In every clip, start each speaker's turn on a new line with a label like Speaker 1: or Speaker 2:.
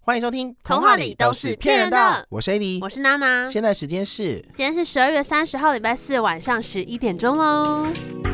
Speaker 1: 欢迎收听《
Speaker 2: 童话里都是骗人的》，
Speaker 1: 我是 AD，
Speaker 2: 我是啊娜娜。
Speaker 1: 现在时间是
Speaker 2: 今天是十二月三十号，礼拜四晚上十一点钟哦喽。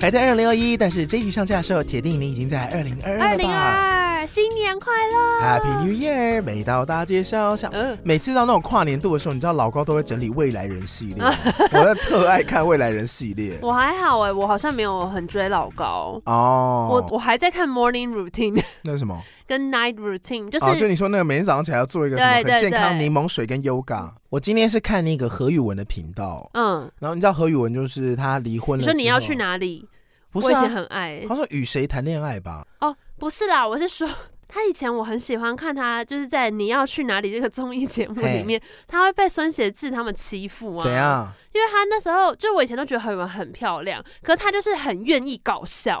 Speaker 1: 还在二零二一，但是这一集上架的时候，铁定你已经在二零二
Speaker 2: 二
Speaker 1: 二了
Speaker 2: 零
Speaker 1: 吧
Speaker 2: 二，新年快乐
Speaker 1: ？Happy New Year！每到大街小巷，
Speaker 2: 嗯
Speaker 1: 每次到那种跨年度的时候，你知道老高都会整理未来人系列， 我在特爱看未来人系列
Speaker 2: 我还好哎、我好像没有很追老高，
Speaker 1: 哦
Speaker 2: 我。我还在看 Morning Routine
Speaker 1: 那是什么？
Speaker 2: 跟 Night Routine，就是、
Speaker 1: 哦，就你说那个每天早上起来要做一个什么
Speaker 2: 对
Speaker 1: 很
Speaker 2: 对
Speaker 1: 健康
Speaker 2: 对
Speaker 1: 柠檬水跟 yoga。我今天是看那个何宇文的频道，
Speaker 2: 嗯，
Speaker 1: 然后你知道何宇文就是他离婚了，
Speaker 2: 你说你要去？哪里？
Speaker 1: 不
Speaker 2: 我
Speaker 1: 是
Speaker 2: 以前
Speaker 1: 啊，
Speaker 2: 很爱欸、
Speaker 1: 他说与谁谈恋爱吧？
Speaker 2: 哦，不是啦，我是说。 他以前我很喜欢看他，就是在《你要去哪里》这个综艺节目
Speaker 1: 嘿
Speaker 2: 里面，他会被孙协志他们欺负啊。
Speaker 1: 怎样？
Speaker 2: 因为她那时候，就我以前都觉得何雨文很漂亮，可是她就是很愿意搞 笑。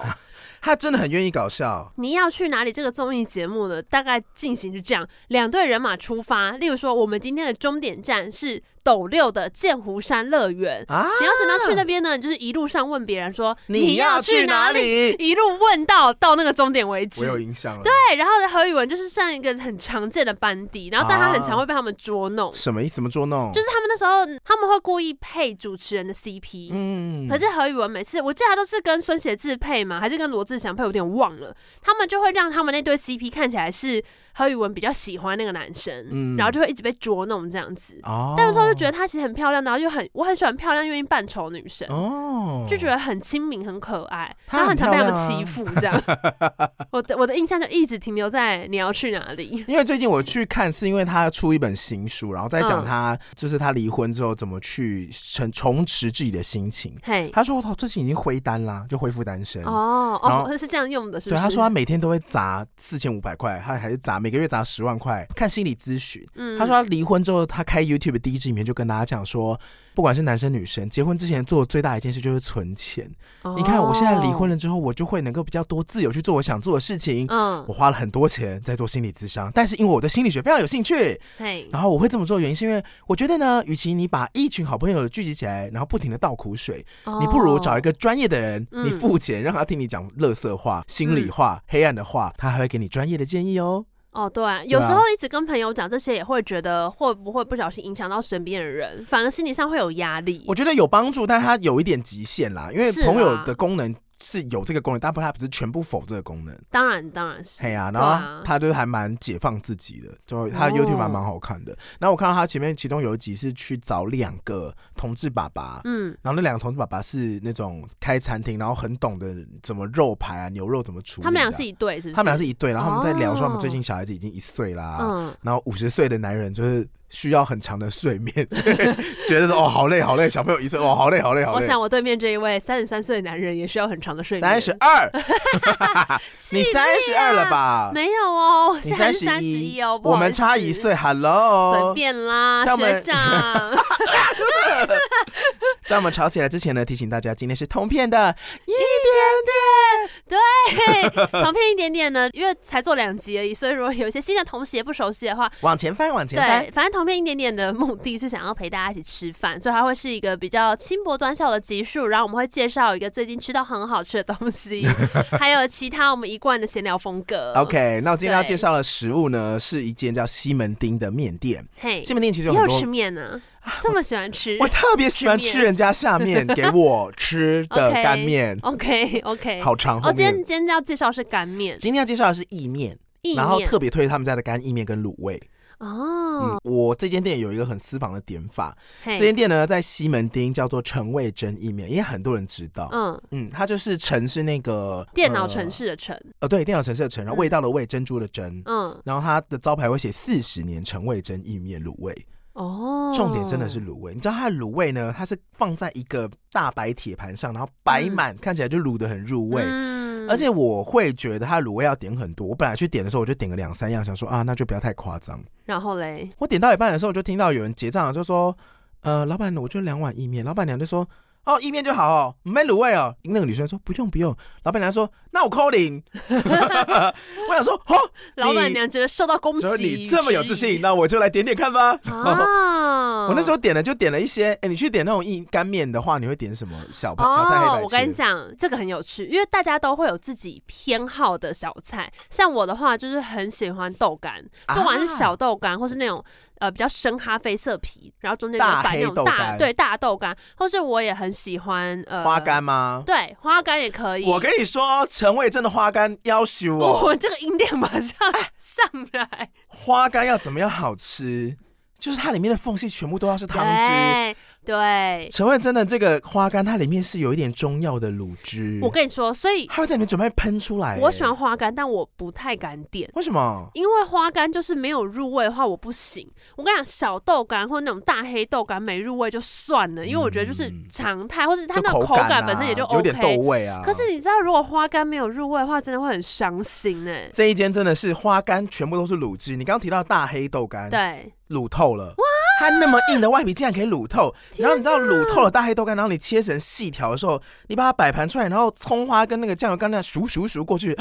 Speaker 1: 他真的很愿意搞笑。
Speaker 2: 你要去哪里？这个综艺节目呢，大概进行是这样：两队人马出发，例如说，我们今天的终点站是斗六的剑湖山乐园。
Speaker 1: 啊
Speaker 2: 你要怎么样去那边呢？就是一路上问别人说
Speaker 1: 你要去哪
Speaker 2: 里，
Speaker 1: 里？
Speaker 2: 一路问到到那个终点
Speaker 1: 我
Speaker 2: 为
Speaker 1: 有
Speaker 2: 止。
Speaker 1: 印象了。
Speaker 2: 对，然后呢何宇文就是像一个很常见的班底，然后但他很
Speaker 1: 啊
Speaker 2: 常会被他们捉弄，
Speaker 1: 什么意思？怎么捉弄？
Speaker 2: 就是他们那时候他们会故意配主持人的 CP，、
Speaker 1: 嗯
Speaker 2: 可是何宇文每次，我记得他都是跟孙协志配嘛，还是跟罗志祥配，我有点忘了。他们就会让他们那对 CP 看起来是何宇文比较喜欢那个男生，
Speaker 1: 嗯
Speaker 2: 然后就会一直被捉弄这样子。
Speaker 1: 哦，
Speaker 2: 但那时候就觉得她其实很漂亮，然后又很我很喜欢漂亮愿意扮丑女生。
Speaker 1: 哦，
Speaker 2: 就觉得很亲民、很可爱，
Speaker 1: 她
Speaker 2: 然后很常被他
Speaker 1: 很
Speaker 2: 们
Speaker 1: 漂亮啊
Speaker 2: 欺负，这 样。我的我的印象就一直停留在你要去哪里。
Speaker 1: 因为最近我去看，是因为他出一本新书，然后再讲
Speaker 2: 嗯
Speaker 1: 他、就是他离婚之后怎么去重重拾自己的心情。
Speaker 2: 嘿，
Speaker 1: 他说：“我最近已经恢单啦，就恢复单身。
Speaker 2: 哦
Speaker 1: 然后
Speaker 2: 哦，是这样用的，是不
Speaker 1: 对，
Speaker 2: 是？
Speaker 1: 他说他每天都会砸四千五百块，他还是砸每个月砸十万块看心理咨询。
Speaker 2: 嗯
Speaker 1: 他说他离婚之后，他开 YouTube 的第一支影片就跟大家讲说，不管是男生女生，结婚之前做的最大一件事就是存钱。
Speaker 2: 哦
Speaker 1: 你看我现在离婚
Speaker 2: 了，
Speaker 1: 了之后，我就会能够比较多自由去做我想做的事情。
Speaker 2: 嗯
Speaker 1: 我，花了很多钱在做心理咨商，但是因为我对心理学非常有兴
Speaker 2: 嗯
Speaker 1: 趣，
Speaker 2: 嘿，
Speaker 1: 然后我会这么做的原因是因为我觉得呢，与其你把一群好朋友聚集起来，然后不停的倒苦水，你不如找一
Speaker 2: 个
Speaker 1: 个专业的人，
Speaker 2: 哦嗯
Speaker 1: 你付钱让他听你讲乐色话、心里话、黑暗的话，他还会给你专业的建议哦。
Speaker 2: 哦，对啊、有
Speaker 1: 对啊
Speaker 2: 时候一直跟朋友讲这些，也会觉得会不会不小心影响到身边的人，反而心理上会有压力
Speaker 1: 我。觉得有帮助，但它有一点极限啦，因为
Speaker 2: 是啊
Speaker 1: 朋友的功能是有这个功能，但不它不是全部否这个功能。
Speaker 2: 当然，当然是。
Speaker 1: 嘿呀、
Speaker 2: 对啊哦
Speaker 1: 然后他就是还蛮解放自己的，就他的 YouTube 还蛮好看的。然后我看到他前面其中有一集是去找两个同志爸爸，
Speaker 2: 嗯，
Speaker 1: 然后那两个同志爸爸是那种开餐厅，然后很懂得怎么肉排啊、牛肉怎么处理的啊。
Speaker 2: 他们俩是一对，是不是？
Speaker 1: 他们俩是一对，然后他们在聊说
Speaker 2: 哦
Speaker 1: 他们最近小孩子已经一岁啦，
Speaker 2: 嗯，
Speaker 1: 然后五十岁的男人就是需要很长的睡 眠，所以觉得说哦好累好累，小朋友一岁哦好累好累好
Speaker 2: 我
Speaker 1: 累。
Speaker 2: 想我对面这一位三十三岁的男人也需要很长的睡眠。
Speaker 1: 三十 二，
Speaker 2: 气
Speaker 1: 你三十二了吧？
Speaker 2: 没有哦，
Speaker 1: 你
Speaker 2: 现在是
Speaker 1: 十
Speaker 2: 三十一哦，不
Speaker 1: 我
Speaker 2: 好
Speaker 1: 们
Speaker 2: 意思
Speaker 1: 差一。岁
Speaker 2: 随
Speaker 1: ，Hello。
Speaker 2: 便啦，
Speaker 1: 在我们
Speaker 2: 学长。
Speaker 1: 在我们吵起来之前呢，提醒大家，今天是通片的一点
Speaker 2: 对，旁边一点点呢，因为才做两集而已，所以如果有一些新的同学不熟悉的话，
Speaker 1: 点，往前翻，往前翻
Speaker 2: 对，。反正同片一点点的目的是想要陪大家一起吃饭，所以它会是一个比较轻薄短小的集数，然后我们会介绍一个最近吃到很好吃的 东西，还有其他我们一贯的闲聊风格。
Speaker 1: OK，那我今天要
Speaker 2: 对
Speaker 1: 介绍的食物呢，是一间叫西门町的面店。
Speaker 2: 嘿、
Speaker 1: 西门町其实有
Speaker 2: 你
Speaker 1: 很
Speaker 2: 有吃
Speaker 1: 多，啊
Speaker 2: 面呢、这么喜欢吃
Speaker 1: 我特别喜欢
Speaker 2: 吃面
Speaker 1: 吃人家下面给我吃的
Speaker 2: OK
Speaker 1: 干面，
Speaker 2: ？OK OK，
Speaker 1: 好长
Speaker 2: 哦，
Speaker 1: 后
Speaker 2: 今天
Speaker 1: 面。
Speaker 2: 今天要介绍是干面，
Speaker 1: 今天要介绍的是意面，
Speaker 2: 意
Speaker 1: 然后
Speaker 2: 面
Speaker 1: 特别推他们家的干意面跟卤味。嗯
Speaker 2: 哦，，
Speaker 1: 我这间店有一个很私房的点法，这
Speaker 2: 嘿，
Speaker 1: 间店呢在西门町叫做陈味珍意面，因为很多人知道。
Speaker 2: 嗯，
Speaker 1: 嗯，它就是陈是那个
Speaker 2: 电脑城，市的城，
Speaker 1: 呃，呃对，电脑城市的陈，然后
Speaker 2: 嗯
Speaker 1: 味道的味，珍珠的珍。
Speaker 2: 嗯，
Speaker 1: 然后它的招牌会写四十年陈味珍意面卤味，
Speaker 2: 哦，
Speaker 1: 重点真的是卤味。你知道它的卤味呢，它是放在一个大白铁盘上，然后摆满，看起来就卤的很入味。
Speaker 2: 嗯
Speaker 1: 而且我会觉得它卤味要点很多，我本来去点的时候我就点个两三样，想说啊，那就不要太夸张。
Speaker 2: 然后嘞，
Speaker 1: 我点到一半的时候，我就听到有人结账，就说：“呃，老板，我就两碗意面。”老板娘就说：“哦，意面就好哦， 没卤味哦。”那个女生说：“不用不用。”老板娘说：“那我扣零。”我我想说，哦，
Speaker 2: 老板娘觉得受到攻击，
Speaker 1: 说你这么有自信，那我就来点点看吧。
Speaker 2: 啊！
Speaker 1: 我那时候点了就点了一些，哎、你去点那种意干面的话，你会点什么小泡小菜黑白
Speaker 2: 哦
Speaker 1: 切？，
Speaker 2: 我跟你讲，这个很有趣，因为大家都会有自己偏好的小菜。像我的话，就是很喜欢豆干，
Speaker 1: 啊
Speaker 2: 不管是小豆干，或是那种呃比较深咖啡色皮，然后中间有
Speaker 1: 大
Speaker 2: 摆那
Speaker 1: 黑
Speaker 2: 种
Speaker 1: 豆
Speaker 2: 大
Speaker 1: 干
Speaker 2: 对大豆干，或是我也很喜欢呃
Speaker 1: 花，干吗？
Speaker 2: 对花干也可以。
Speaker 1: 我跟你说，陈伟真的花干要修哦，
Speaker 2: 我这个音量马上
Speaker 1: 哎
Speaker 2: 上来，
Speaker 1: 花干要怎么样好吃？就是它里面的缝隙全部都要是汤汁。
Speaker 2: 对对，
Speaker 1: 陈伟真的这个花干，它里面是有一点中药的卤汁，
Speaker 2: 我跟你说，所以
Speaker 1: 它会在里面准备喷出来。
Speaker 2: 我喜欢，花干，但我不太敢点。
Speaker 1: 为什么？
Speaker 2: 因为花干就是没有入味的话，我不行。我跟你讲，小豆干或那种大黑豆干没入味就算了，因为我觉得就是
Speaker 1: 嗯
Speaker 2: 常态，或是它
Speaker 1: 就
Speaker 2: 那种
Speaker 1: 口啊
Speaker 2: 感本身也就 OK。
Speaker 1: 有点豆味啊。
Speaker 2: 可是你知道，如果花干没有入味的话，真的会很伤心哎、
Speaker 1: 这一间真的是花干全部都是卤汁，你刚刚提到大黑豆干，
Speaker 2: 对，
Speaker 1: 卤透了。它那么硬的外皮竟然可以卤透，然后你知道卤透了大黑豆干，然后你切成细条的时候，你把它摆盘出来，然后葱花跟那个酱油干那样熟熟熟过
Speaker 2: 呃
Speaker 1: 去，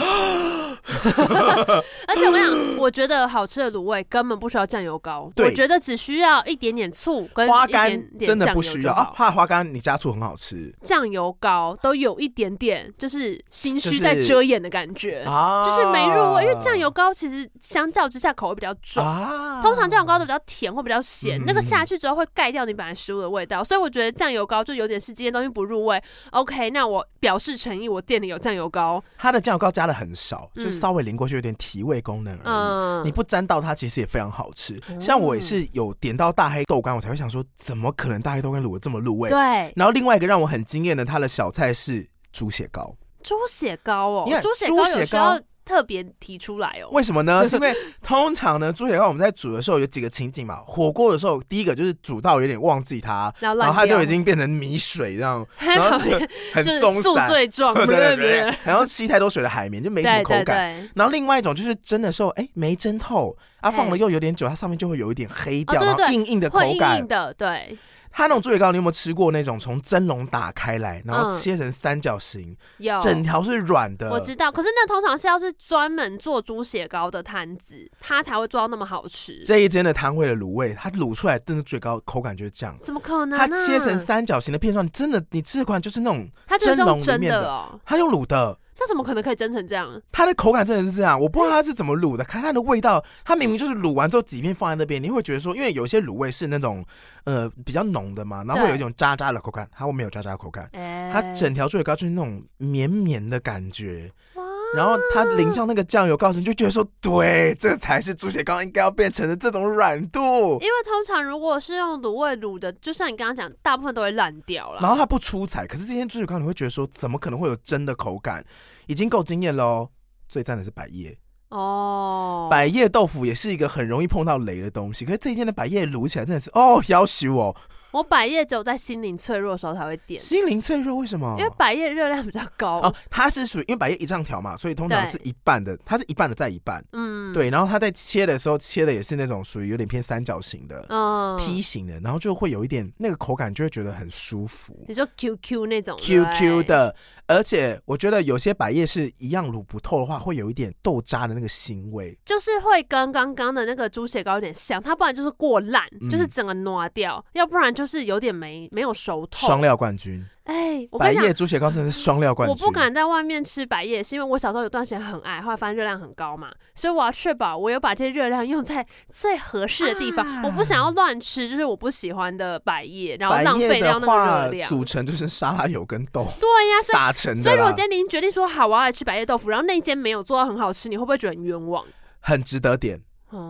Speaker 2: 而且我跟你讲，我觉得好吃的卤味根本不需要酱油膏，
Speaker 1: 对
Speaker 2: 我觉得只需要一点点醋跟
Speaker 1: 花
Speaker 2: 一点
Speaker 1: 干
Speaker 2: 点
Speaker 1: 真的
Speaker 2: 酱
Speaker 1: 不
Speaker 2: 油
Speaker 1: 需
Speaker 2: 就
Speaker 1: 要啊
Speaker 2: 好。
Speaker 1: 怕花干你加醋很好吃
Speaker 2: 酱油膏都有一点点就是心
Speaker 1: 就
Speaker 2: 虚在
Speaker 1: 是
Speaker 2: 遮掩的感觉，
Speaker 1: 啊，
Speaker 2: 呃就是没入味，因为酱油膏其实相较之下口味比较重。
Speaker 1: 啊
Speaker 2: 通常酱油膏都比较甜或比较咸，
Speaker 1: 嗯
Speaker 2: 那个下去之后会盖掉你本来食物的味道，所以我觉得酱油膏就有点是今天东西不入味。OK，那我表示诚意，我店里有酱油膏，
Speaker 1: 它的酱油膏加的很少，
Speaker 2: 嗯
Speaker 1: 就稍微淋过去有点提味功能而已。
Speaker 2: 嗯，哦
Speaker 1: 你不沾到它，其实也非常好吃。像我也是有点到大黑豆干，我才会想说，怎么可能大黑豆干卤的这么入味？
Speaker 2: 对
Speaker 1: 然后另外一个让我很惊艳的，它的小菜是猪血糕。
Speaker 2: 猪血糕哦
Speaker 1: 你，看
Speaker 2: 猪血糕
Speaker 1: 猪
Speaker 2: 有
Speaker 1: 血
Speaker 2: 需
Speaker 1: 糕
Speaker 2: 要特别提出来哦。
Speaker 1: 为什么 呢？是因为通常呢，猪血糕我们在煮的时候有几个情景嘛。火锅的时候，第一个就是煮到有点忘记它，
Speaker 2: 然
Speaker 1: 然
Speaker 2: 后烂
Speaker 1: 后它
Speaker 2: 掉
Speaker 1: 就 已经变成米水这样，
Speaker 2: 还
Speaker 1: 然后
Speaker 2: 旁边
Speaker 1: 很
Speaker 2: 就是
Speaker 1: 松
Speaker 2: 宿
Speaker 1: 散，
Speaker 2: 醉 状，
Speaker 1: 对
Speaker 2: 对
Speaker 1: 对
Speaker 2: 对
Speaker 1: 对
Speaker 2: 对，
Speaker 1: 然后吸太多水的海绵就没什么
Speaker 2: 对
Speaker 1: 口
Speaker 2: 对
Speaker 1: 感。
Speaker 2: 对。
Speaker 1: 然后另外一种就是蒸的时候，哎，没蒸透，啊放了
Speaker 2: 哎
Speaker 1: 又有点久，它上面就会有一点黑掉，
Speaker 2: 哦对对对
Speaker 1: 然后硬硬的口
Speaker 2: 会硬
Speaker 1: 感。
Speaker 2: 硬的，对，
Speaker 1: 它那种猪血糕，你有没有吃过那种从蒸笼打开来，然后
Speaker 2: 嗯
Speaker 1: 切成三角形，
Speaker 2: 有
Speaker 1: 整条是软的？
Speaker 2: 哦我知道，可是那通常是要是专门做猪血糕的摊子，它才会做到那么好吃。
Speaker 1: 这一间的摊位的卤味，它卤出来真的最高口感就是这样。
Speaker 2: 怎么可能、
Speaker 1: 它
Speaker 2: 啊？
Speaker 1: 切成，三角形的片状，真的，你吃的款就是那种
Speaker 2: 它这是
Speaker 1: 蒸笼
Speaker 2: 用
Speaker 1: 里
Speaker 2: 蒸
Speaker 1: 面的
Speaker 2: 的哦，
Speaker 1: 它用卤的，
Speaker 2: 那怎么可能可以蒸成这样？
Speaker 1: 它的口感真的是这样。我不知道它是怎么卤的，看它的味道，它明明就是卤完之后几片放在那边，你会觉得说，因为有些卤味是那种呃比较浓的嘛，然后会有一种渣渣的口感，它没有渣渣的口感，
Speaker 2: 哎、
Speaker 1: 它整条猪血糕就是那种绵绵的感觉。
Speaker 2: 哇，
Speaker 1: 然后它淋上那个酱油膏时，你就觉得说，对，这才是猪血糕应该要变成的这种软度。
Speaker 2: 因为通常如果是用卤味卤的，就像你刚刚讲，大部分都会烂掉
Speaker 1: 然
Speaker 2: 了。
Speaker 1: 后它不出彩，可是这些猪血糕你会觉得说，怎么可能会有真的口感？已经够惊艳喽。最赞的是百叶，
Speaker 2: 哦，
Speaker 1: 百叶豆腐也是一个很容易碰到雷的东西。可是这一间的百叶卤起来真的是哦，要死我！
Speaker 2: 我百叶只有在心灵脆弱的时候才会点，
Speaker 1: 心灵脆弱为什么
Speaker 2: 因？为百叶热量比较高。
Speaker 1: 哦，它是属于因为百叶一丈条嘛，所以通常
Speaker 2: 对
Speaker 1: 是一半的，它是一半的再一半。
Speaker 2: 嗯，，
Speaker 1: 对，然后它在切的时候切的也是那种属于有点偏三角形的。
Speaker 2: 嗯，
Speaker 1: 梯形的，然后就会有一点那个口感，就会觉得很舒服
Speaker 2: 你说 QQ 那种对
Speaker 1: ，Q
Speaker 2: 不对
Speaker 1: Q 的。而且我觉得有些百叶是一样卤不透的话，会有一点豆渣的那个腥味。
Speaker 2: 就是会跟刚刚的那个猪血糕有点像，它不然就是过烂，
Speaker 1: 嗯
Speaker 2: 就是整个挪掉，要不然就是有点没没有熟透
Speaker 1: 双。料冠军，
Speaker 2: 哎，我
Speaker 1: 百
Speaker 2: 跟你
Speaker 1: 叶
Speaker 2: 讲。
Speaker 1: 猪血糕真的是双料冠
Speaker 2: 我
Speaker 1: 军。
Speaker 2: 不敢在外面吃百叶，是因为我小时候有段时间很爱，后来发现热量很高嘛，所以我要确保我有把这些热量用在最合适的地方。
Speaker 1: 啊
Speaker 2: 我不想要乱吃，就是我不喜欢的百叶，然后
Speaker 1: 百
Speaker 2: 浪
Speaker 1: 叶
Speaker 2: 费掉
Speaker 1: 的
Speaker 2: 那个
Speaker 1: 话
Speaker 2: 热量。
Speaker 1: 组成就是沙拉油跟豆
Speaker 2: 对呀、 所以
Speaker 1: 打成
Speaker 2: 所
Speaker 1: 的
Speaker 2: 以如果
Speaker 1: 啦
Speaker 2: 今，天您决定说好我要来吃百叶豆腐，然后那一间没有做到很好吃，你会不会觉得很冤枉？
Speaker 1: 很值得点。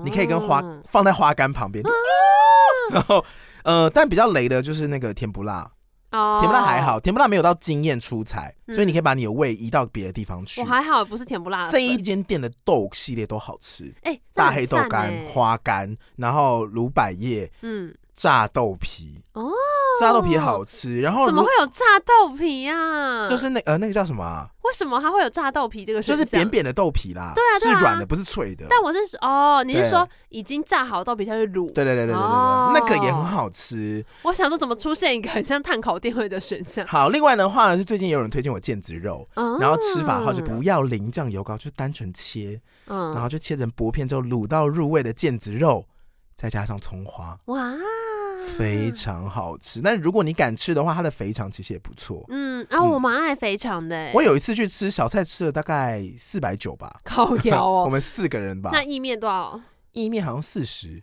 Speaker 1: 你可以跟花
Speaker 2: 哦
Speaker 1: 放在花干旁边， 然后呃，但比较雷的就是那个甜不辣，
Speaker 2: 哦，
Speaker 1: 甜不辣还好，甜不辣没有到惊艳出彩，所以你
Speaker 2: 嗯
Speaker 1: 可以把你的胃移到别的地方去。
Speaker 2: 我还好，不是甜不辣
Speaker 1: 这
Speaker 2: 的粉。
Speaker 1: 一间店的豆系列都好吃，
Speaker 2: 哎、那
Speaker 1: 大
Speaker 2: 很
Speaker 1: 黑豆
Speaker 2: 赞
Speaker 1: 干、
Speaker 2: 欸
Speaker 1: 花干，然后卤百叶，
Speaker 2: 嗯，
Speaker 1: 炸豆皮，
Speaker 2: 哦，
Speaker 1: 炸豆皮好吃。然后
Speaker 2: 怎么
Speaker 1: 如
Speaker 2: 会有炸豆皮啊？
Speaker 1: 就是那呃那个叫什么啊、
Speaker 2: 为什么它会有炸豆皮这个选
Speaker 1: 就
Speaker 2: 项？
Speaker 1: 是扁。扁的豆皮啦，
Speaker 2: 对啊对啊
Speaker 1: 是软的，不是脆的。
Speaker 2: 但我是说哦，你是
Speaker 1: 对
Speaker 2: 说已经炸好豆皮下去卤？
Speaker 1: 对对对对对对对，
Speaker 2: 哦
Speaker 1: 那个也很好吃。
Speaker 2: 我想说，怎么出现一个很像碳烤店会的选项？
Speaker 1: 好，另外的话是最近有人推荐我腱子肉，
Speaker 2: 嗯
Speaker 1: 然后吃法的话就，不要淋酱油膏，就单纯切，然
Speaker 2: 嗯，
Speaker 1: 后就切成薄片之后卤到入味的腱子肉，再加上葱花，
Speaker 2: 哇，嗯
Speaker 1: 非常好吃。但如果你敢吃的话，它的肥肠其实也不错。
Speaker 2: 嗯啊，
Speaker 1: 嗯
Speaker 2: 我蛮爱肥肠的欸，
Speaker 1: 我有一次去吃小菜，吃了大概四百九吧，
Speaker 2: 烤 窑
Speaker 1: 我
Speaker 2: 哦。
Speaker 1: 们四个人吧，
Speaker 2: 那意面多少？
Speaker 1: 意面好像四十。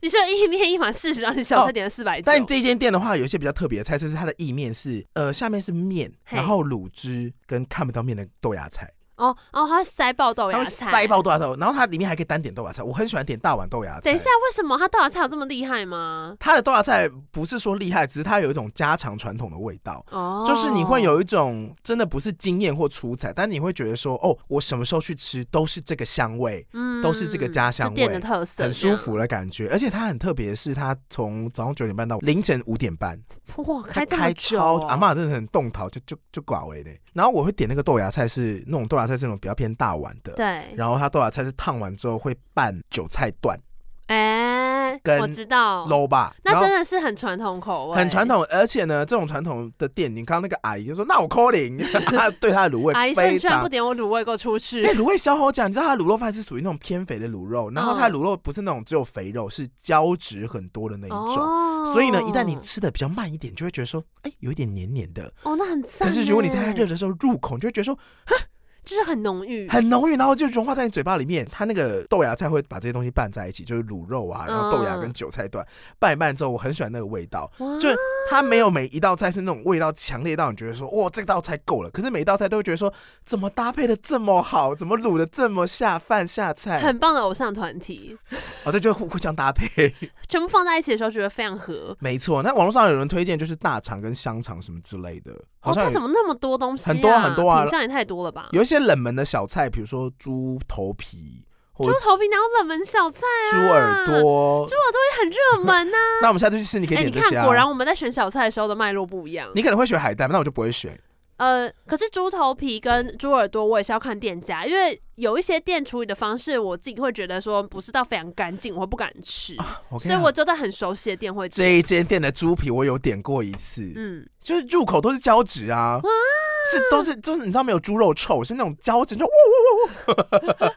Speaker 2: 你说意面一碗四十，然后你小菜点了四百九
Speaker 1: 但，这间店的话，有一些比较特别的菜色是它的意面是，呃，下面是面，
Speaker 2: 嘿
Speaker 1: 然后卤汁跟看不到面的豆芽菜，
Speaker 2: 哦哦，它塞爆豆
Speaker 1: 它
Speaker 2: 芽
Speaker 1: 会
Speaker 2: 菜，
Speaker 1: 塞爆豆芽菜，然后它里面还可以单点豆芽菜，我很喜欢点大碗豆芽菜。
Speaker 2: 等一下，，为什么它豆芽菜有这么厉害吗？
Speaker 1: 它的豆芽菜不是说厉害，只是它有一种家常传统的味道。
Speaker 2: 哦，
Speaker 1: 就是你会有一种真的不是惊艳或出彩，但你会觉得说，哦，我什么时候去吃都是这个香味，
Speaker 2: 嗯，
Speaker 1: 都是这个家乡
Speaker 2: 就店的
Speaker 1: 味
Speaker 2: 特色，
Speaker 1: 很舒。服的感觉。而且它很特别的是，它从早上九点半到凌晨五点半，
Speaker 2: 哇，
Speaker 1: 它
Speaker 2: 开这么
Speaker 1: 开
Speaker 2: 久
Speaker 1: 超
Speaker 2: 哦，
Speaker 1: 阿嬷真的很动桃，就就就寡味的。然后我会点那个豆芽菜是那种豆芽菜是那种比较偏大碗的，
Speaker 2: 对，
Speaker 1: 然后它豆芽菜是烫完之后会拌韭菜段
Speaker 2: 哎，
Speaker 1: 跟
Speaker 2: 我知道，
Speaker 1: 捞吧，然
Speaker 2: 那
Speaker 1: 后
Speaker 2: 真的是很传统口味，
Speaker 1: 很传。统，而且呢，这种传统的店，你刚刚那个阿姨就说：“那我 calling。”她对她的卤
Speaker 2: 阿
Speaker 1: 味
Speaker 2: 姨说：“
Speaker 1: 非
Speaker 2: 你啊居然
Speaker 1: 常
Speaker 2: 不点我卤味，给我出去
Speaker 1: 哎、！”卤味小好讲，你知道它的卤肉饭是属于那种偏肥的卤肉，
Speaker 2: 哦
Speaker 1: 然后它的卤肉不是那种只有肥肉，是胶质很多的那一种。
Speaker 2: 哦
Speaker 1: 所以呢，一旦你吃的比较慢一点，就会觉得说，哎、有一点黏黏的。
Speaker 2: 哦，那很
Speaker 1: 可
Speaker 2: 赞耶。
Speaker 1: 是如果你在它热的时候入口，你就会觉得说
Speaker 2: 就是很浓郁，
Speaker 1: 很浓郁，然后就融化在你嘴巴里面。它那个豆芽菜会把这些东西拌在一起，就是卤肉啊，然后豆芽
Speaker 2: 嗯
Speaker 1: 跟韭菜段拌一拌之后，我很喜欢那个味道。
Speaker 2: 哇
Speaker 1: 就它没有每一道菜是那种味道强烈到你觉得说，哇，这道菜够了。可是每一道菜都会觉得说，怎么搭配的这么好，怎么卤的这么下饭下菜，
Speaker 2: 很棒的偶像团体，
Speaker 1: 哦，这就互互相搭配。
Speaker 2: 全部放在一起的时候觉得非常合。
Speaker 1: 没错，那网络上有人推荐就是大肠跟香肠什么之类的，好
Speaker 2: 哦，
Speaker 1: 像
Speaker 2: 它
Speaker 1: 有,、
Speaker 2: 怎么那么多东西、啊？
Speaker 1: 很多很多啊
Speaker 2: 品相也太多了吧？
Speaker 1: 有一些冷门的小菜，比如说猪头皮或
Speaker 2: 猪头皮哪有冷门小菜啊？
Speaker 1: 猪耳朵
Speaker 2: 猪。耳朵也很热 门呐、
Speaker 1: 那我们下次去吃，你可
Speaker 2: 哎、
Speaker 1: 以
Speaker 2: 你
Speaker 1: 点这些、啊
Speaker 2: 看，果然我们在选小菜的时候的脉络不一样。
Speaker 1: 你可能会选海带，那我就不会选。
Speaker 2: 呃，可是猪头皮跟猪耳朵我也是要看店家，因为有一些店处理的方式，我自己会觉得说不是到非常干净，我会不敢吃，
Speaker 1: 我跟
Speaker 2: 所
Speaker 1: 你
Speaker 2: 以
Speaker 1: 讲
Speaker 2: 我就在很熟悉的店会吃。
Speaker 1: 这一间店的猪皮我有点过一次，
Speaker 2: 嗯，
Speaker 1: 就是入口都是胶质啊，是都是就是你知道没有猪肉臭，是那种胶质，就哇哇哇 哇。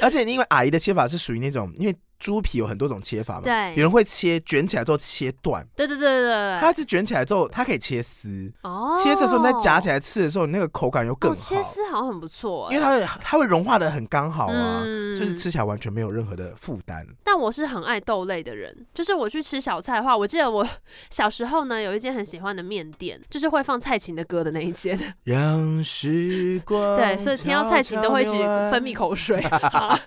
Speaker 1: 而且因为阿姨的切法是属于那种，因为猪皮有很多种切法嘛，
Speaker 2: 对
Speaker 1: 有人会切卷起来之后切断，
Speaker 2: 对对对对对对
Speaker 1: 它。是卷起来之后它可以切丝，
Speaker 2: 哦，
Speaker 1: 切丝之后你再夹起来吃的时候，你那个口感又更
Speaker 2: 哦、切
Speaker 1: 好，
Speaker 2: 丝好像很不错、哎
Speaker 1: 因为它会它会融化的很刚好啊，
Speaker 2: 嗯
Speaker 1: 就是吃起来完全没有任何的负担。
Speaker 2: 但我是很爱豆类的人，就是我去吃小菜的话，我记得我小时候呢有一间很喜欢的面店，就是会放蔡琴的歌的那 一间，
Speaker 1: 让时光
Speaker 2: 对，所以听到蔡琴都会一直分泌口水。好 啦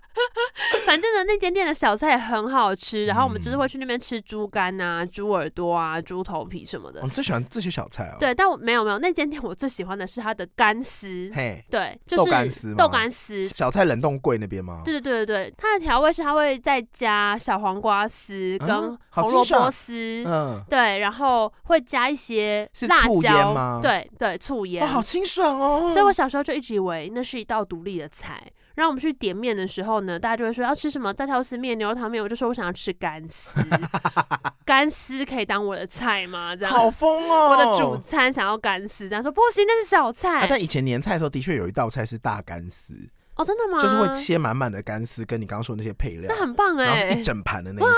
Speaker 2: 反正呢，那间店的小菜很好
Speaker 1: 嗯
Speaker 2: 吃，然后我们就是会去那边吃猪肝啊、猪耳朵啊、猪头皮什么的
Speaker 1: 我。哦最喜欢这些小菜哦。，
Speaker 2: 对，但我没有没有，那间店我最喜欢的是它的干丝，
Speaker 1: 嘿，
Speaker 2: 对，就
Speaker 1: 豆
Speaker 2: 是
Speaker 1: 干丝吗
Speaker 2: 豆干丝，
Speaker 1: 小菜冷冻柜那边吗？
Speaker 2: 对对对对对，它的调味是它会再加小黄瓜丝
Speaker 1: 啊
Speaker 2: 跟
Speaker 1: 好
Speaker 2: 红
Speaker 1: 惊
Speaker 2: 萝卜
Speaker 1: 吓
Speaker 2: 丝，
Speaker 1: 嗯，
Speaker 2: 对，然后会加一些
Speaker 1: 是
Speaker 2: 辣
Speaker 1: 醋
Speaker 2: 椒
Speaker 1: 腌吗
Speaker 2: 对对，醋
Speaker 1: 哇，
Speaker 2: 盐。
Speaker 1: 好清爽哦！
Speaker 2: 所以我小时候就一直以为那是一道独立的菜。然后我们去点面的时候呢，大家就会说要吃什么大挑丝面、牛肉汤面，我就说我想要吃 干丝，干丝可以当我的菜吗？这样，
Speaker 1: 好疯哦！
Speaker 2: 我的主餐想要干丝，这样说不行，那是小菜、
Speaker 1: 啊，但以前年菜的时候，的确有一道菜是大干丝，
Speaker 2: 哦，真的吗？
Speaker 1: 就是会切满满的干丝，跟你刚刚说的那些配料
Speaker 2: 那，很棒哎、
Speaker 1: 然后是一整盘的那一种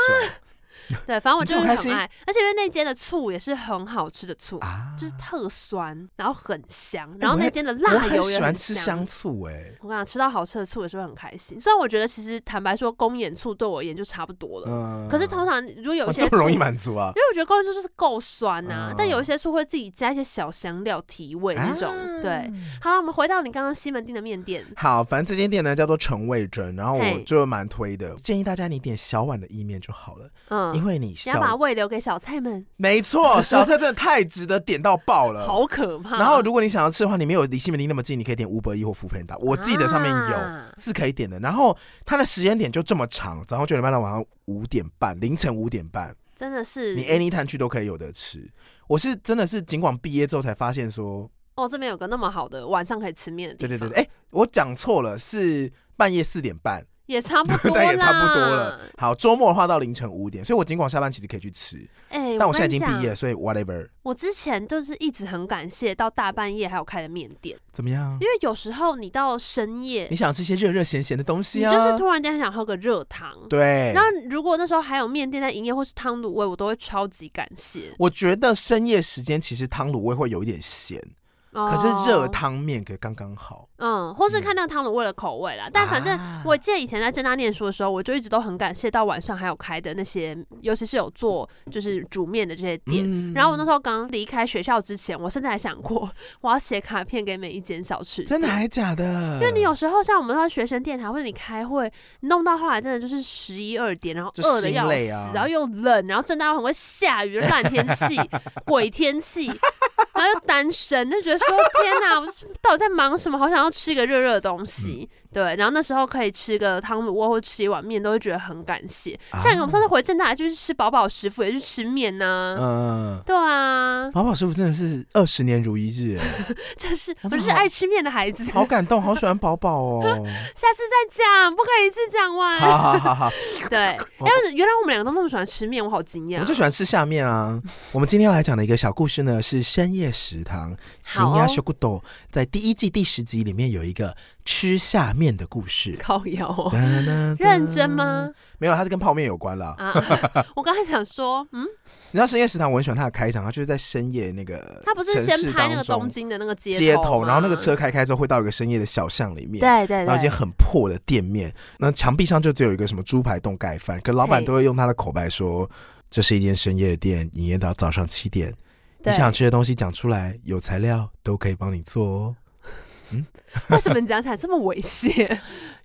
Speaker 2: 对，反正我
Speaker 1: 你
Speaker 2: 就
Speaker 1: 这
Speaker 2: 是
Speaker 1: 么
Speaker 2: 很
Speaker 1: 开心
Speaker 2: 爱，而且因为那间的醋也是很好吃的醋，
Speaker 1: 啊。
Speaker 2: 就是特酸，然后很香，
Speaker 1: 哎
Speaker 2: 然后
Speaker 1: 我
Speaker 2: 那
Speaker 1: 还
Speaker 2: 间的辣
Speaker 1: 我
Speaker 2: 油也
Speaker 1: 很喜欢吃
Speaker 2: 香
Speaker 1: 香醋，哎，
Speaker 2: 我跟你讲，吃到好吃的醋也是会很开心。虽然我觉得其实坦白说，公演醋对我而言就差不多了。
Speaker 1: 嗯，
Speaker 2: 可是通常如果有
Speaker 1: 哇
Speaker 2: 一些
Speaker 1: 这么容易
Speaker 2: 醋
Speaker 1: 满足啊？
Speaker 2: 因为我觉得公演醋就是够酸呐、
Speaker 1: 嗯
Speaker 2: 但有一些醋会自己加一些小香料提味那种。
Speaker 1: 啊
Speaker 2: 对，好了，我们回到你刚刚西门町的面店。
Speaker 1: 好，反正这间店呢叫做陈味珍，然后我
Speaker 2: 嘿
Speaker 1: 就蛮推的，建议大家你点小碗的意面就好了。
Speaker 2: 嗯
Speaker 1: 因，为你
Speaker 2: 你要把
Speaker 1: 笑，
Speaker 2: 胃留给小菜们，
Speaker 1: 没 错，小菜真的太值得点到爆了。
Speaker 2: 好可怕。
Speaker 1: 呃然后如果你想要吃的话，你没有离西门町那么近，你可以点 Uber E 或 f o o 我记得上面有、
Speaker 2: 啊
Speaker 1: 是可以点的。然后它的时间点就这么长，早上九点半到晚上五点半，凌晨五点半，
Speaker 2: 真的是
Speaker 1: 你 anytime 去都可以有的吃。我是真的是尽管毕业之后才发现说，
Speaker 2: 哦，这边有个那么好的晚上可以吃面的地
Speaker 1: 对对
Speaker 2: 方，
Speaker 1: 对对，哎、我讲错了，是半夜四点半，
Speaker 2: 也 差不多啦，
Speaker 1: 但也差不多了。。好，周末的话到凌晨五点，所以我尽管下班其实可以去吃，
Speaker 2: 哎、
Speaker 1: 但我现在已
Speaker 2: 跟你
Speaker 1: 经毕业，
Speaker 2: 讲
Speaker 1: 所以 whatever
Speaker 2: 我之前就是一直很感谢到大半夜还有开的面店，
Speaker 1: 怎么样
Speaker 2: 因？为有时候你到深夜
Speaker 1: 你，想吃一些热热咸咸的东
Speaker 2: 你
Speaker 1: 西啊？
Speaker 2: 就是突然间想喝个热汤。
Speaker 1: 对，
Speaker 2: 然后如果那时候还有面店在营业或是汤卤味，我都会超级感谢。
Speaker 1: 我觉得深夜时间其实汤卤味会有一点咸，
Speaker 2: 哦
Speaker 1: 可是热，汤面可以刚刚好。
Speaker 2: 嗯，或是看那个汤卤味的口味啦。但反正
Speaker 1: 啊
Speaker 2: 我记得以前在正大念书的时候，我就一直都很感谢到晚上还有开的那些，尤其是有做就是煮面的这些店。
Speaker 1: 嗯
Speaker 2: 然后我那时候刚离开学校之前，我甚至还想过 我要写卡片给每一间小吃店，
Speaker 1: 真的还假的？
Speaker 2: 因为你有时候像我们说学生电台或者你开会，你弄到后来真的就是十一二点，然后
Speaker 1: 就
Speaker 2: 饿的
Speaker 1: 心
Speaker 2: 要
Speaker 1: 累
Speaker 2: 死，
Speaker 1: 啊
Speaker 2: 然后又冷，然后正大又很会下雨，烂天气、 鬼天气，然后又单身，就觉得说天哪，我到底在忙什么？好想要吃一个热热的东西。
Speaker 1: 嗯
Speaker 2: 对，然后那时候可以吃个汤姆窝或吃一碗面，都会觉得很感谢。像我们上次回正大就是吃饱饱食府，也去吃面呐、
Speaker 1: 啊嗯，
Speaker 2: 对啊，
Speaker 1: 马宝师傅真的是二十年如一日，哎
Speaker 2: 就是
Speaker 1: 我
Speaker 2: 我
Speaker 1: 真
Speaker 2: 就
Speaker 1: 的
Speaker 2: 是
Speaker 1: 好
Speaker 2: 爱吃面的孩子。
Speaker 1: 好感动，好喜欢宝宝 哦。
Speaker 2: 下次再讲，不可以一次讲完。
Speaker 1: 好好好好，
Speaker 2: 对，哎，原来我们两个都那么喜欢吃面，我好惊讶。哦
Speaker 1: 我就喜欢吃下面啊。我们今天要来讲的一个小故事呢，是深夜食堂《新
Speaker 2: 好哦
Speaker 1: 亚修古斗》在第一季第十集里面有一个吃下面的故事。
Speaker 2: 靠腰哦，
Speaker 1: 哒哒哒
Speaker 2: 认真？吗？
Speaker 1: 没有，它是跟泡面有关啦。
Speaker 2: 啊，我刚才想说，嗯，
Speaker 1: 你知道深夜食堂我很喜欢它的开场，它就是在深夜那个
Speaker 2: 他不是
Speaker 1: 城
Speaker 2: 先
Speaker 1: 市
Speaker 2: 拍
Speaker 1: 当
Speaker 2: 那个
Speaker 1: 中
Speaker 2: 东京的那个街
Speaker 1: 街
Speaker 2: 头
Speaker 1: 头，
Speaker 2: 吗，
Speaker 1: 然后那个车开开之后会到一个深夜的小巷里面。
Speaker 2: 对，对
Speaker 1: 然后一间
Speaker 2: 对，
Speaker 1: 很破的店面，那墙壁上就只有一个什么猪排冻盖饭，可老板
Speaker 2: 嘿
Speaker 1: 都会用他的口白说，这是一间深夜的店，营业到早上七点。你
Speaker 2: 对
Speaker 1: 想吃的东西讲出来，有材料都可以帮你做哦。
Speaker 2: 为什么你讲起来这么猥 亵？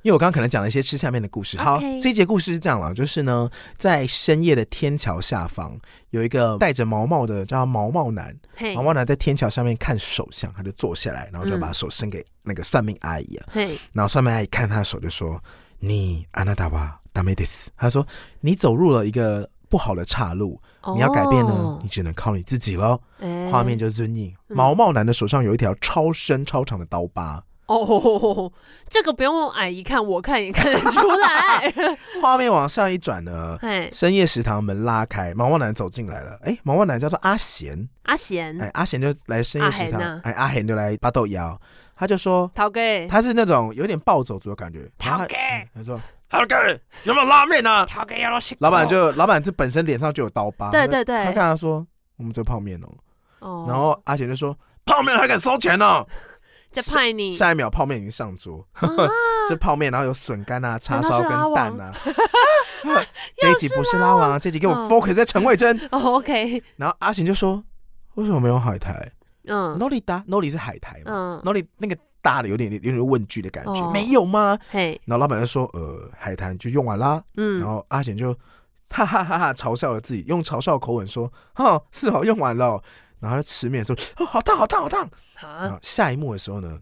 Speaker 1: 因为我刚刚可能讲了一些吃下面的故事。好
Speaker 2: OK
Speaker 1: 这一节故事是这样了，就是呢，在深夜的天桥下方有一个戴着毛帽的叫他毛毛男，
Speaker 2: 嘿
Speaker 1: 毛，毛男在天桥上面看手相，他就坐下来，然
Speaker 2: 嗯
Speaker 1: 后就把手伸给那个算命阿姨啊。
Speaker 2: 嘿，
Speaker 1: 然后算命阿姨看他的手就说：“你安娜达瓦达梅迪斯。”他说：“你走入了一个不好的岔路，你要改变呢，
Speaker 2: 哦
Speaker 1: 你只能靠你自己喽。”
Speaker 2: 呢
Speaker 1: 画面就是尊影。
Speaker 2: 嗯
Speaker 1: 毛毛男的手上有一条超深超长的刀疤，
Speaker 2: 哦，这个不用阿姨看，我看也看得出 来。
Speaker 1: 画面往上一转呢。
Speaker 2: 嘿，
Speaker 1: 深夜食堂门拉开，毛毛男走进来了。哎，毛毛男叫做阿贤，
Speaker 2: 阿贤，
Speaker 1: 哎，阿贤就来深夜食堂
Speaker 2: 嗯阿贤啊，嗯
Speaker 1: 哎，阿贤就来八豆腰，他就说
Speaker 2: 陶哥，
Speaker 1: 他是那种有点暴走族的感觉。然后
Speaker 3: 陶哥
Speaker 1: 嗯他说：“陶哥，有没有拉面呢
Speaker 3: 涛哥要落实？”
Speaker 1: 老板就老板这本身脸上就有刀疤，
Speaker 2: 对对
Speaker 1: 他
Speaker 2: 对
Speaker 1: 看，他说：“我们做泡面哦。”
Speaker 2: 哦
Speaker 1: 然后阿贤就说：“泡面还敢收钱哦呢
Speaker 2: 再派你，
Speaker 1: 下一秒泡面已经上桌，
Speaker 2: 嗯啊
Speaker 1: 这泡面然后有笋干啊、叉
Speaker 2: 难道
Speaker 1: 烧
Speaker 2: 是
Speaker 1: 跟
Speaker 2: 拉啊
Speaker 1: 蛋 啊。 这一集不是拉王，这一集给我
Speaker 2: 哦
Speaker 1: focus 在陈慧珍。
Speaker 2: 哦，OK，
Speaker 1: 然后阿贤就说：“为什么没有海苔
Speaker 2: 嗯
Speaker 1: n o l i 达 n o l i 是海苔嘛
Speaker 2: 嗯
Speaker 1: n，o l i 那个大的有点有点问句的感觉，
Speaker 2: 哦
Speaker 1: 没有吗？”
Speaker 2: 嘿，
Speaker 1: 然后老板就说：“呃，海苔就用完啦。”然
Speaker 2: 嗯，
Speaker 1: 后阿贤就哈哈哈哈嘲笑了自己，用嘲笑的口吻说：“哦，是哦，用完了哦、然后他就吃面说：“哦，好烫，好烫，好烫。”然
Speaker 2: 啊，
Speaker 1: 后下一幕的时候呢，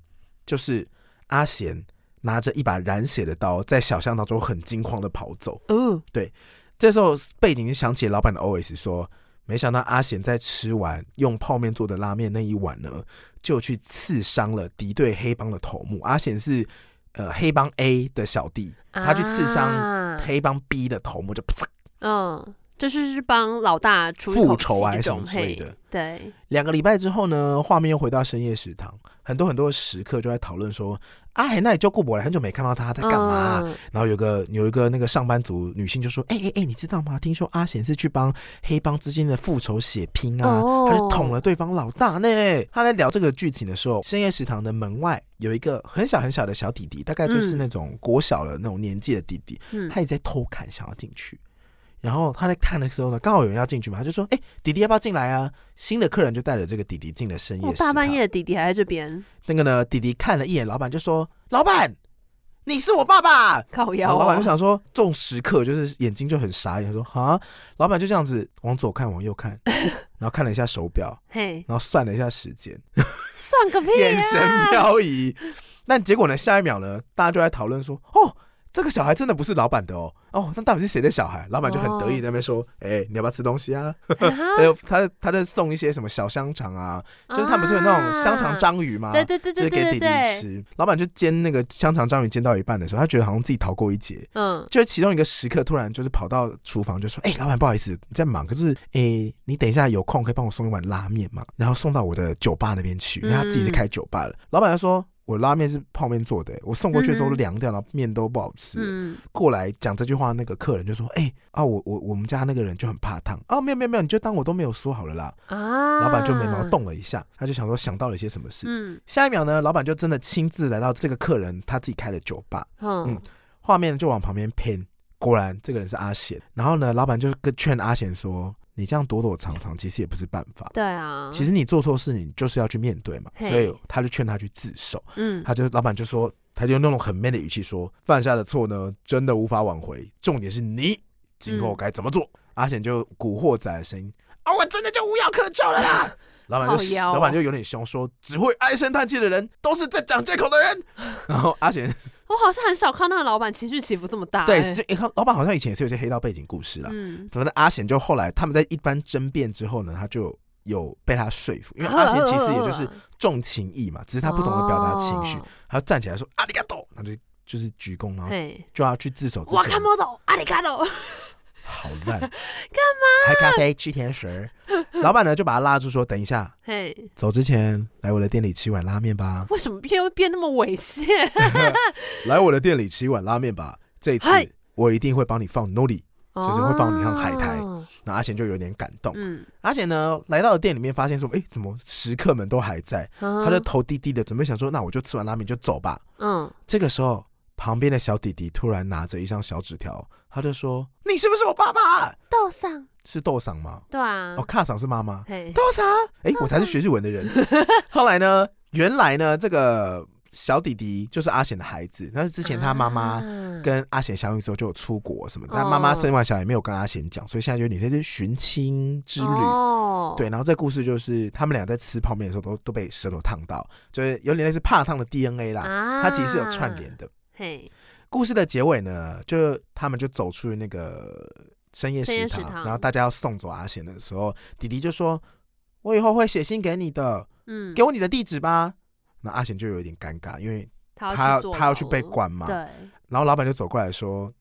Speaker 1: 就是阿贤拿着一把染血的刀，在小巷当中很惊慌的跑走。
Speaker 2: 哦，
Speaker 1: 这时候背景就响起老板的 OS 说：“没想到阿贤在吃完用泡面做的拉面那一碗呢，就去刺伤了敌对黑帮的头目。阿贤是呃黑帮 A 的小弟，他去刺伤
Speaker 2: 啊
Speaker 1: 黑帮 B 的头目，就啪
Speaker 2: 嗯，就是是帮老大出一
Speaker 1: 复
Speaker 2: 口
Speaker 1: 仇
Speaker 2: 气
Speaker 1: 啊
Speaker 2: 那
Speaker 1: 什么
Speaker 2: 种
Speaker 1: 之类
Speaker 2: 嘿
Speaker 1: 的
Speaker 2: 对，
Speaker 1: 两个礼拜之后呢，画面又回到深夜食堂，很多很多食客就在讨论说：“阿海那里叫顾博来，很久没看到他在干嘛、啊
Speaker 2: 嗯
Speaker 1: 然后有个有一个那个上班族女性就说：“哎哎哎，你知道吗？听说阿贤是去帮黑帮之间的复仇血拼啊，
Speaker 2: 哦
Speaker 1: 他就捅了对方老大呢。”他在聊这个剧情的时候，深夜食堂的门外有一个很小很小的小弟弟，大概就是
Speaker 2: 嗯
Speaker 1: 那种国小的那种年纪的弟弟，
Speaker 2: 嗯，
Speaker 1: 他也在偷看，想要进去。然后他在看的时候呢，刚好有人要进去嘛，他就说：“哎、弟弟要不要进来啊？”新的客人就带着这个弟弟进了哦深夜
Speaker 2: 我
Speaker 1: 食堂。
Speaker 2: 大半夜的弟弟还在这边，
Speaker 1: 那个呢，弟弟看了一眼老板，就说：“老板，你是我爸爸。
Speaker 3: 靠
Speaker 1: 然
Speaker 3: 腰、
Speaker 1: 后
Speaker 2: 啊
Speaker 1: 老板
Speaker 3: 哦
Speaker 1: 就，想说，这种时刻就是眼睛就很傻眼，说啊，老板就这样子往左看，往右 看，然后看了一下手表，
Speaker 2: 嘿，
Speaker 1: 然后算了一下时间，
Speaker 2: 算个屁啊
Speaker 1: 眼
Speaker 2: 呀、
Speaker 1: 神漂移。但结果呢，下一秒呢，大家就在讨论说，哦，这个小孩真的不是老板的哦，哦，那到底是谁的小孩？老板就很得意在那边说，哎、你要不要吃东西啊？
Speaker 2: 哦啊
Speaker 1: 还有他就他就送一些什么小香肠啊，就是他们是有那种香肠、章鱼吗？
Speaker 2: 啊对对对
Speaker 1: 就是
Speaker 2: 对
Speaker 1: 给
Speaker 2: 对
Speaker 1: 弟
Speaker 2: 对
Speaker 1: 弟
Speaker 2: 对，
Speaker 1: 吃，老板就煎那个香肠章鱼煎到一半的时候，他觉得好像自己逃过一劫，
Speaker 2: 嗯，
Speaker 1: 就是其中一个食客突然就是跑到厨房就说：“哎、老板，不好意思，你在忙，可是哎、你等一下有空可以帮我送一碗拉面吗？然后送到我的酒吧那边去，因
Speaker 2: 嗯
Speaker 1: 为他自己是开酒吧的。老板就说：“我拉面是泡面做的、我送过去的时候
Speaker 2: 嗯哼
Speaker 1: 凉掉了，面都不好吃。
Speaker 2: 嗯，
Speaker 1: 过来讲这句话，那个客人就说：“哎、啊，我我我们家那个人就很怕烫哦，没有没有没有，你就当我都没有说好了啦。”
Speaker 2: 啊，
Speaker 1: 老板就眉毛，动了一下，他就想说想到了一些什么事。
Speaker 2: 嗯
Speaker 1: 下一秒呢，老板就真的亲自来到这个客人他自己开的酒吧，嗯
Speaker 2: 嗯，
Speaker 1: 画面就往旁边偏，果然这个人是阿贤。然后呢，老板就跟劝阿贤说：“你这样躲躲藏藏，其实也不是办法。
Speaker 2: 对
Speaker 3: 嗯
Speaker 2: 啊，
Speaker 1: 其实你做错事，你就是要去面对嘛。”
Speaker 2: 嘿
Speaker 1: 所以他就劝他去自首。
Speaker 2: 嗯，
Speaker 1: 他就老板就说，他就用那种很 man 的语气说：“犯下的错呢，真的无法挽回，重点是你今后该怎么做。
Speaker 3: 嗯
Speaker 1: 阿贤就古惑仔的声音：“啊，我真的就无药可救了啦！” 老板就、
Speaker 3: 好妖哦
Speaker 1: 老板就有点凶说：“只会唉声叹气的人，都是在讲借口的人。”然后阿贤
Speaker 2: 我好像很少看到老板情绪起伏这么大、
Speaker 1: 对，
Speaker 2: 哎
Speaker 1: 就你看，老板好像以前也是有一些黑道背景故事啦。
Speaker 2: 嗯，
Speaker 1: 怎么的？阿贤就后来他们在一般争辩之后呢，他就有被他说服，因为阿贤其实也
Speaker 2: 嗯哦
Speaker 1: 就是重情义嘛，只是他不懂得表达情绪，他就站起来说阿里嘎多，他就就是鞠躬，然后
Speaker 2: 嘿，
Speaker 1: 就要去自首之
Speaker 2: 我
Speaker 1: 前
Speaker 2: 看，不懂，阿里 嘎懂，
Speaker 1: 好烂，干嘛？喝咖啡吃甜食儿。 老板呢就把他拉住说，等一下，
Speaker 2: 嘿，
Speaker 1: 走之前来我的店里吃一碗拉面 吧，
Speaker 2: 为什么变又变那么猥亵？
Speaker 1: 来我的店里吃一碗拉面吧，这一次
Speaker 2: 嗨
Speaker 1: 我一定会帮你放 nori。就是会放你上海苔
Speaker 2: 哦
Speaker 1: 那阿贤就有点感动，
Speaker 2: 嗯，
Speaker 1: 阿贤呢来到了店里面，发现说，哎、怎么食客们都还在？
Speaker 2: 他
Speaker 1: 他就头低低的，准备想说，那我就吃完拉面就走吧。
Speaker 2: 嗯，
Speaker 1: 这个时候，旁边的小弟弟突然拿着一张小纸条，他就说：“你是不是我爸爸？
Speaker 2: 豆上，
Speaker 1: 是豆桑吗？
Speaker 2: 对啊
Speaker 1: 哦，，卡桑是妈妈，
Speaker 2: 嘿，
Speaker 1: 豆桑。哎，我才是学日文的人。 后来呢，原来呢，这个小弟弟就是阿贤的孩子，但是之前他妈妈。
Speaker 2: 啊
Speaker 1: 跟阿贤相遇之后就有出国什么的，
Speaker 2: 哦
Speaker 1: 但妈妈生完小孩没有跟阿贤讲，所以现在有点像是寻亲之旅。
Speaker 2: 哦，
Speaker 1: 对，然后这故事就是他们俩在吃泡面的时候都都被舌头烫到，就是有点类似怕烫的 DNA 啦，
Speaker 2: 啊，
Speaker 1: 它其实是有串联，的。
Speaker 2: 嘿，
Speaker 1: 故事的结尾呢，就他们就走出那个深夜
Speaker 2: 深
Speaker 1: 食
Speaker 2: 夜
Speaker 1: 堂，
Speaker 2: 食堂
Speaker 1: 然后大家要送走阿贤的时候，弟弟就说：“我以后会写信给你的，
Speaker 2: 嗯，
Speaker 1: 给我你的地址吧。”那阿贤就有点尴尬，因为
Speaker 2: 他
Speaker 1: 他
Speaker 2: 坐
Speaker 1: 他要去
Speaker 2: 牢
Speaker 1: 被
Speaker 2: 了，
Speaker 1: 关嘛。
Speaker 2: 对，
Speaker 1: 然后老板就走过来说：“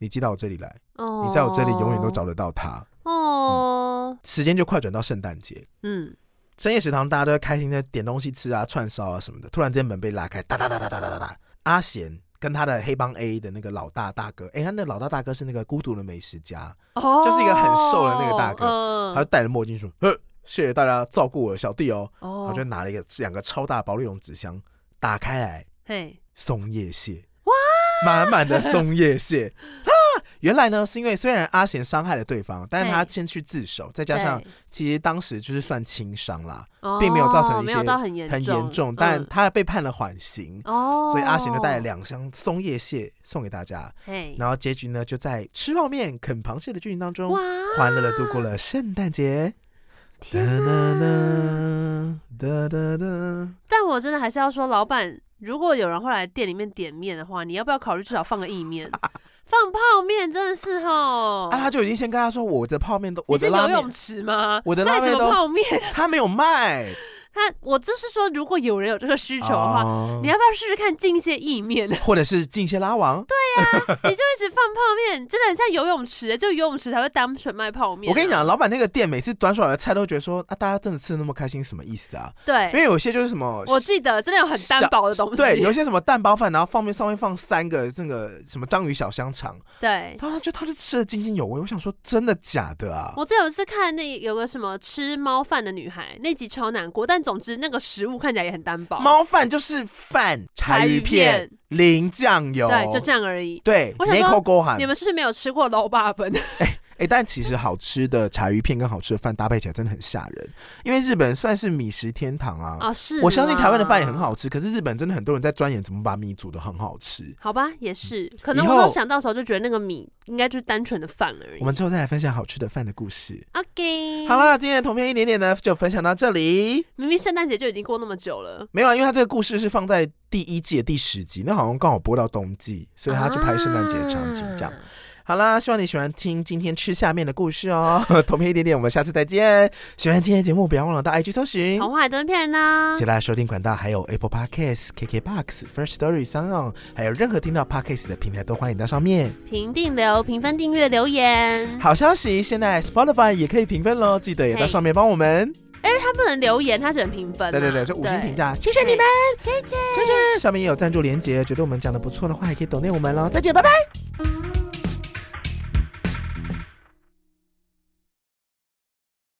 Speaker 1: 你寄到我这里来，
Speaker 2: 哦，
Speaker 1: 你在我这里永远都找得到他。
Speaker 2: 哦，
Speaker 1: 时间就快转到圣诞节，
Speaker 2: 嗯，
Speaker 1: 深夜食堂大家都在开心的点东西吃啊、串烧啊什么的。突然之间门被拉开，哒哒哒哒哒哒哒哒。阿贤跟他的黑帮 A 的那个老大大哥，哎、他那老大大哥是那个孤独的美食家，
Speaker 2: 哦，
Speaker 1: 就是一个很瘦的那个大哥
Speaker 2: 嗯
Speaker 1: 他就戴着墨镜说：“呵，谢谢大家照顾我的小弟哦。”
Speaker 2: 哦，
Speaker 1: 他就拿了一个两个超大保利龙纸箱，打开来，
Speaker 2: 嘿，
Speaker 1: 松叶蟹，哇，满满的松叶蟹啊！原来呢，是因为虽然阿贤伤害了对方，但是他
Speaker 2: 对
Speaker 1: 先去自首，再加上
Speaker 2: 对
Speaker 1: 其实当时就是算轻伤啦，
Speaker 2: 哦
Speaker 1: 并没有造成一
Speaker 2: 没有
Speaker 1: 些
Speaker 2: 到很严
Speaker 1: 很严重，
Speaker 2: 嗯
Speaker 1: 但他被判了缓刑，
Speaker 2: 哦，
Speaker 1: 所以阿贤就带了，两箱松叶蟹送给大家。
Speaker 2: 嘿，
Speaker 1: 然后结局呢，就在吃泡面、啃螃蟹的剧情当中，
Speaker 2: 哇，
Speaker 1: 欢乐的度过了圣诞节。哒
Speaker 2: 天
Speaker 1: 哒
Speaker 2: 哪！哦
Speaker 1: 哒哒哒哒，
Speaker 2: 但我真的还是要说，老板，如果有人会来店里面点面的话，你要不要考虑至少放个意 面？放泡面真的是吼，
Speaker 1: 啊，他就已经先跟他说，我的泡面都，我
Speaker 2: 你
Speaker 1: 的
Speaker 2: 是
Speaker 1: 拉
Speaker 2: 游
Speaker 1: 面
Speaker 2: 泳，池吗？
Speaker 1: 我的拉
Speaker 2: 卖
Speaker 1: 面
Speaker 2: 什
Speaker 1: 都
Speaker 2: 么泡面？
Speaker 1: 他没有 卖
Speaker 2: 他我就是说，如果有人有这个需求的话，
Speaker 1: 哦
Speaker 2: 你要不要试试看进一些意面？
Speaker 1: 或者是进蟹拉王。
Speaker 2: 你就一直放泡面，真的很像游泳池，欸就游泳池才会单纯卖泡面、啊
Speaker 1: 我跟你，讲，老板那个店每次端出来的菜都觉得说，啊，大家真的吃的那么开心，什么意思啊？因
Speaker 2: 对，
Speaker 1: 为有些就是什么
Speaker 2: 我记得真的有很单薄的东西，
Speaker 1: 对，有一些什么蛋包饭，然后放面上面放三个那个什么章鱼小香肠，
Speaker 2: 对
Speaker 1: 他啊就他就吃的津津有味。我想说，真的假的啊？
Speaker 2: 我记得有一次看那有个什么吃猫饭的女孩，那集超难过，但总之那个食物看起来也很单薄，
Speaker 1: 猫饭就是饭、柴鱼片、哦零酱油，
Speaker 2: 对，就这样而已。
Speaker 1: 对，
Speaker 2: 我想
Speaker 1: 没
Speaker 2: 说
Speaker 1: 扣勾喊
Speaker 2: 你。们是不是没有吃过老爸本？
Speaker 1: 哎、但其实好吃的柴鱼片跟好吃的饭搭配起来真的很吓人，因为日本算是米食天堂啊。
Speaker 2: 啊，哦是
Speaker 1: 我相信台湾的饭也
Speaker 2: 啦
Speaker 1: 很好吃，可是日本真的很多人在钻研怎么把米煮的很好吃。
Speaker 2: 好吧，也是，
Speaker 1: 嗯
Speaker 2: 可
Speaker 1: 以
Speaker 2: 能我
Speaker 1: 后
Speaker 2: 都想到时候就觉得那个米应该就是单纯的饭而已
Speaker 1: 我。们之后再来分享好吃的饭的故事。
Speaker 2: OK，
Speaker 1: 好，啦，今天的同片一点点呢就分享到这里。
Speaker 2: 明明圣诞节就已经过那么久了，
Speaker 1: 没有啦，啊因为它这个故事是放在第一季的第十集，那好像刚好播到冬季，所以他去拍圣诞节的场景这样。
Speaker 2: 啊
Speaker 1: 好啦，希望你喜欢听今天吃下面的故事哦。 同片一点点，我们下次再见。喜欢今天的节目，不要忘了到 IG 搜寻
Speaker 2: 童。话也都是骗人呢
Speaker 1: 接。下来收听管道还有 Apple Podcasts、KKBox、First Story、s o n 还有任何听到 Podcast 的平台都欢迎到上面。
Speaker 2: 评定留、评分、订阅、留言，
Speaker 1: 好消息，现在 Spotify 也可以评分喽，记得也到
Speaker 2: 嘿
Speaker 1: 上面帮我们。
Speaker 2: 他不能留言，他只能评分啊。
Speaker 1: 对对对，就五星评价，谢谢
Speaker 2: 对，
Speaker 1: 你们。
Speaker 2: 谢谢。
Speaker 1: 圈圈上面也有赞助连结，觉得我们讲的不错的话，也可以抖内我们喽。再见，拜拜。
Speaker 2: 嗯